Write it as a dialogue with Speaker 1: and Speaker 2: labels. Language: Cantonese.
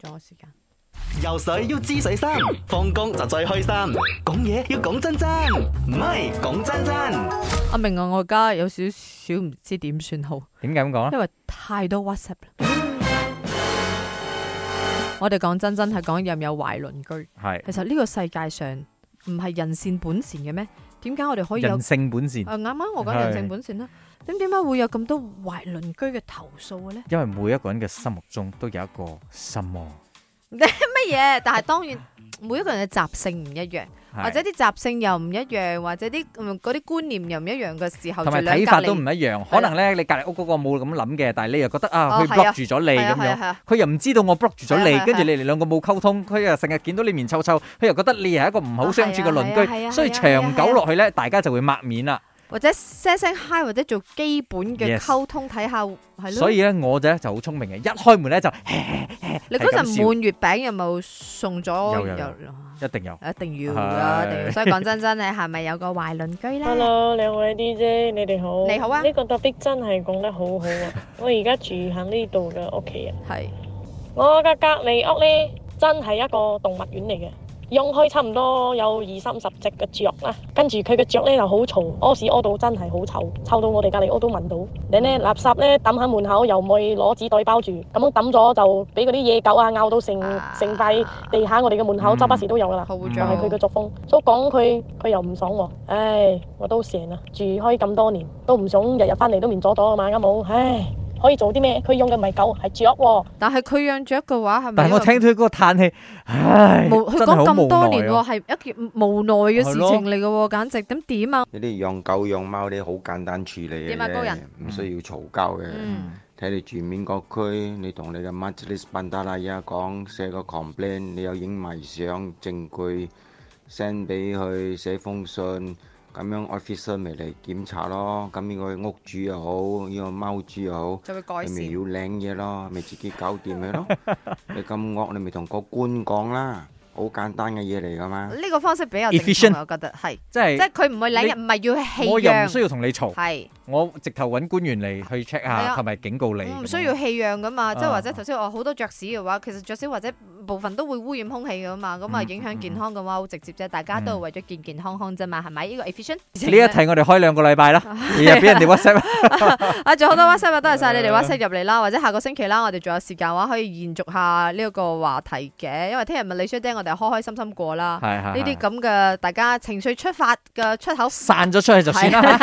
Speaker 1: 咗時間。
Speaker 2: 游水要知水深，放工就最開心。講嘢要講真真，唔係講真真。
Speaker 1: 阿明啊，我而家有少少唔知點算好，
Speaker 3: 點解咁講咧？
Speaker 1: 因為太多 WhatsApp 啦。我哋講真真係講有唔有壞鄰居。
Speaker 3: 係
Speaker 1: 其實呢個世界上唔係人善本善嘅咩？點解我哋可以有
Speaker 3: 人性本善，
Speaker 1: 啊啱啱我講人性本善啦，咁點解會有咁多壞鄰居嘅投訴嘅咧？
Speaker 3: 因為每一個人嘅心目中都有一個心魔，
Speaker 1: 乜嘢？但係當然每一個人嘅習性唔一樣，
Speaker 3: 係
Speaker 1: 或者啲習性又唔一樣，或者啲嗯嗰啲觀念又唔一樣嘅時候，
Speaker 3: 同埋
Speaker 1: 就兩
Speaker 3: 睇法
Speaker 1: 隔離
Speaker 3: 都唔一樣。可能咧，你隔離屋嗰個冇咁諗嘅，但係你又覺得
Speaker 1: 哦
Speaker 3: 啊，佢
Speaker 1: 係啊
Speaker 3: block 住咗你
Speaker 1: 係
Speaker 3: 咁
Speaker 1: 啊係啊
Speaker 3: 樣。
Speaker 1: 係啊，
Speaker 3: 佢又唔知道我 block 住咗
Speaker 1: 係
Speaker 3: 你
Speaker 1: 啊係啊，
Speaker 3: 跟住
Speaker 1: 係
Speaker 3: 你哋兩個冇溝通，佢又成日見到你面臭臭，佢又覺得你係一個唔好相處嘅
Speaker 1: 啊係啊係啊係
Speaker 3: 鄰
Speaker 1: 啊
Speaker 3: 居，所以長久落去咧，大家就會抹面啦。
Speaker 1: 或者聲聲 hi，或者做基本嘅
Speaker 3: Yes
Speaker 1: 溝通，睇下係
Speaker 3: 所
Speaker 1: 咯。
Speaker 3: 以咧，我咧就好聰明嘅，一開門咧就
Speaker 1: 你嗰
Speaker 3: 係咁笑
Speaker 1: 陣滿月餅有冇送咗？
Speaker 3: 有有有一定有。
Speaker 1: 一定要啊噶，一定要。
Speaker 3: 係
Speaker 1: 所以講真真，你係咪有個壞鄰居咧？
Speaker 4: Hello，兩位 DJ，你哋好。
Speaker 1: 你好啊
Speaker 4: 呢個 topic 真係講得好好啊！ 我而家住喺呢度嘅屋企啊，
Speaker 1: 係
Speaker 4: 我嘅隔離屋呢，真係一個動物園嚟嘅，養開差唔多有二三十隻嘅雀啦。跟住佢嘅雀呢就好嘈，屙屎屙到真係好臭，臭到我哋隔離屋都聞到。你呢垃圾呢抌喺門口，又唔會攞紙袋包住，咁樣抌咗就俾嗰啲野狗啊咬到成
Speaker 1: 啊
Speaker 4: 成塊地下，我哋嘅門口
Speaker 3: 嗯
Speaker 4: 周不時都有噶啦。
Speaker 1: 好污
Speaker 3: 就
Speaker 4: 就係
Speaker 1: 糟
Speaker 4: 佢嘅。作風。所以講佢佢又唔爽喎、唉，我都成啦，住開咁多年，都唔想日日翻嚟都面阻阻啊嘛，啱冇？唉，可以做啲咩？佢用嘅唔係狗，係雀喎。
Speaker 1: 但係佢養雀嘅話，係咪？
Speaker 3: 但係我聽到佢嗰個嘆氣，唉，
Speaker 1: 無佢
Speaker 3: 真係
Speaker 1: 講
Speaker 3: 好
Speaker 1: 咁
Speaker 3: 無
Speaker 1: 多
Speaker 3: 奈
Speaker 1: 年
Speaker 3: 啊
Speaker 1: 喎，。係一件無奈嘅事
Speaker 3: 係咯
Speaker 1: 情嚟嘅喎，簡直咁點啊？
Speaker 5: 你啲養狗養貓你好簡單處理嘅
Speaker 1: 點啊高
Speaker 5: 啫
Speaker 1: 人，
Speaker 5: 唔需要嘈交嘅。
Speaker 1: 嗯
Speaker 5: 睇你住面個區，你同你嘅 m a t l i s Bandaraya 講寫個 complain，你有影埋相證據 send 俾佢寫封信，咁樣 officer 咪嚟檢查咯。咁呢個屋主又好，呢個貓主又好。
Speaker 1: 就會改
Speaker 5: 你咪要領嘢咯，咪自己搞掂 佢咯。你咁惡，你咪同個官講啦，好簡單嘅嘢嚟噶嘛。
Speaker 1: 呢個方式比較正
Speaker 3: Efficient
Speaker 1: 確，我覺得係，
Speaker 3: 即
Speaker 1: 即
Speaker 3: 係
Speaker 1: 係佢唔會領
Speaker 3: 你
Speaker 1: 人，唔係要棄
Speaker 3: 我又唔需
Speaker 1: 養，
Speaker 3: 要同你嘈，
Speaker 1: 係
Speaker 3: 我直頭揾官員嚟去 check
Speaker 1: 係啊
Speaker 3: 下，同埋警告你。
Speaker 1: 唔需要棄養噶嘛？即係
Speaker 3: 啊
Speaker 1: 或者頭先我好多雀屎嘅話，其實雀屎或者部分都會污染空氣噶嘛，咁啊
Speaker 3: 嗯
Speaker 1: 影
Speaker 3: 嗯
Speaker 1: 響
Speaker 3: 嗯
Speaker 1: 健康嘅話好直接啫，大家都係為咗健健康康啫嘛，係咪？呢個 efficient
Speaker 3: 呢一題我哋開兩個禮拜啦，日日俾人哋 WhatsApp 啦。
Speaker 1: 啊，仲有好多 WhatsApp 啊，多謝晒
Speaker 3: 嗯
Speaker 1: 你哋 WhatsApp 入嚟啦，或者下個星期啦，我哋仲有時間嘅話可以延續下呢一個話題嘅，因為聽日咪李書爹，我哋開開心心過啦。
Speaker 3: 係係
Speaker 1: 呢啲
Speaker 3: 係
Speaker 1: 咁嘅大家情緒出發嘅出口。啊
Speaker 3: 散咗出去就算啦。